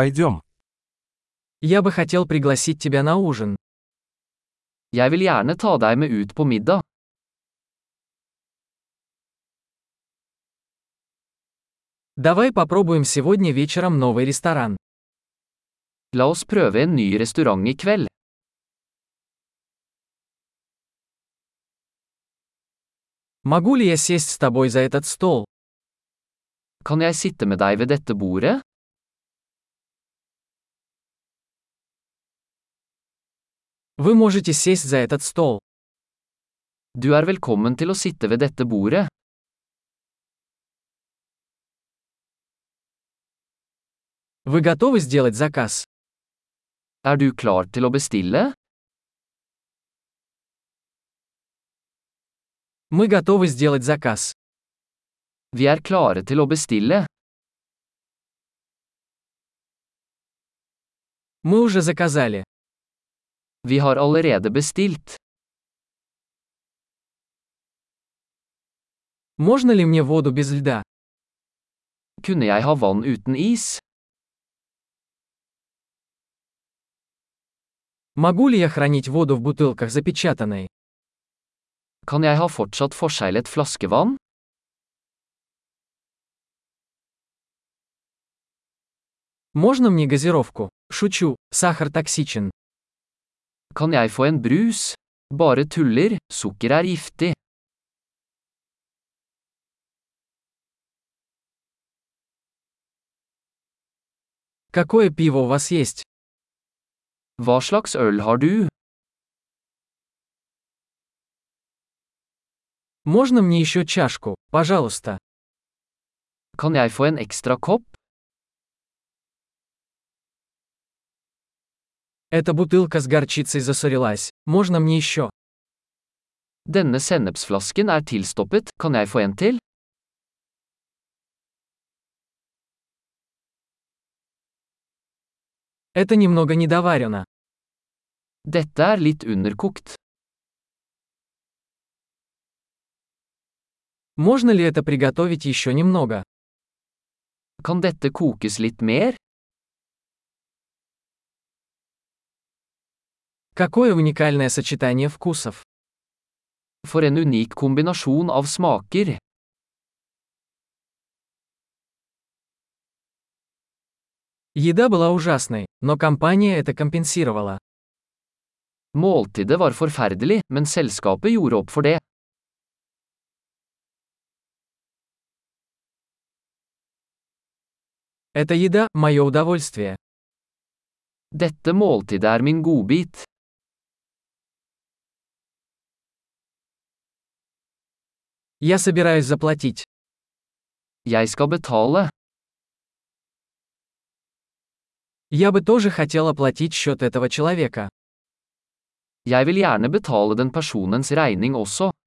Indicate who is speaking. Speaker 1: Пойдем.
Speaker 2: Я бы хотел пригласить тебя на ужин.
Speaker 3: Jeg vil gjerne ta deg med ut på middag.
Speaker 2: Давай попробуем сегодня вечером новый ресторан.
Speaker 3: La oss prøve en ny restaurant i kveld.
Speaker 2: Могу ли я сесть с тобой за этот стол?
Speaker 3: Kan jeg sitte med deg ved dette bordet?
Speaker 2: Вы можете сесть за этот стол.
Speaker 3: Du er velkommen til å sitte ved dette bordet.
Speaker 2: Вы готовы сделать заказ?
Speaker 3: Er du klar til å bestille?
Speaker 2: Мы готовы сделать заказ.
Speaker 3: Vi er klare til å bestille.
Speaker 2: Мы уже заказали.
Speaker 3: Vi har allerede bestilt.
Speaker 2: Можно ли мне воду без льда?
Speaker 3: Kunne jeg ha vann uten is?
Speaker 2: Могу ли я хранить воду в бутылках запечатанной?
Speaker 3: Kan jeg ha fortsatt forseglet flaskevann?
Speaker 2: Можно мне газировку? Шучу, сахар токсичен.
Speaker 3: Kan jeg få en brus? Bare tuller, sukker er giftig.
Speaker 2: Какое пиво у вас есть?
Speaker 3: Hva slags øl har du?
Speaker 2: Можно мне еще чашку, пожалуйста?
Speaker 3: Kan jeg få en ekstra kopp?
Speaker 2: Эта бутылка с горчицей засорилась. Можно мне еще?
Speaker 3: Denne sennepsflasken er tilstoppet, kan jeg få en til?
Speaker 2: Это немного недоварено.
Speaker 3: Dette er litt underkokt.
Speaker 2: Можно ли это приготовить еще немного?
Speaker 3: Kan dette kokes litt mer?
Speaker 2: Какое уникальное сочетание вкусов.
Speaker 3: For en unik kombinasjon av smaker.
Speaker 2: Еда была ужасной, но компания это компенсировала.
Speaker 3: Måltidet var forferdelig, men selskapet gjorde opp for det.
Speaker 2: Эта еда – мое удовольствие.
Speaker 3: Dette måltidet er min godbit.
Speaker 2: Я собираюсь заплатить.
Speaker 3: Jeg skal betale.
Speaker 2: Я бы тоже хотел оплатить счет этого человека.
Speaker 3: Jeg vil gjerne betale den personens regning også.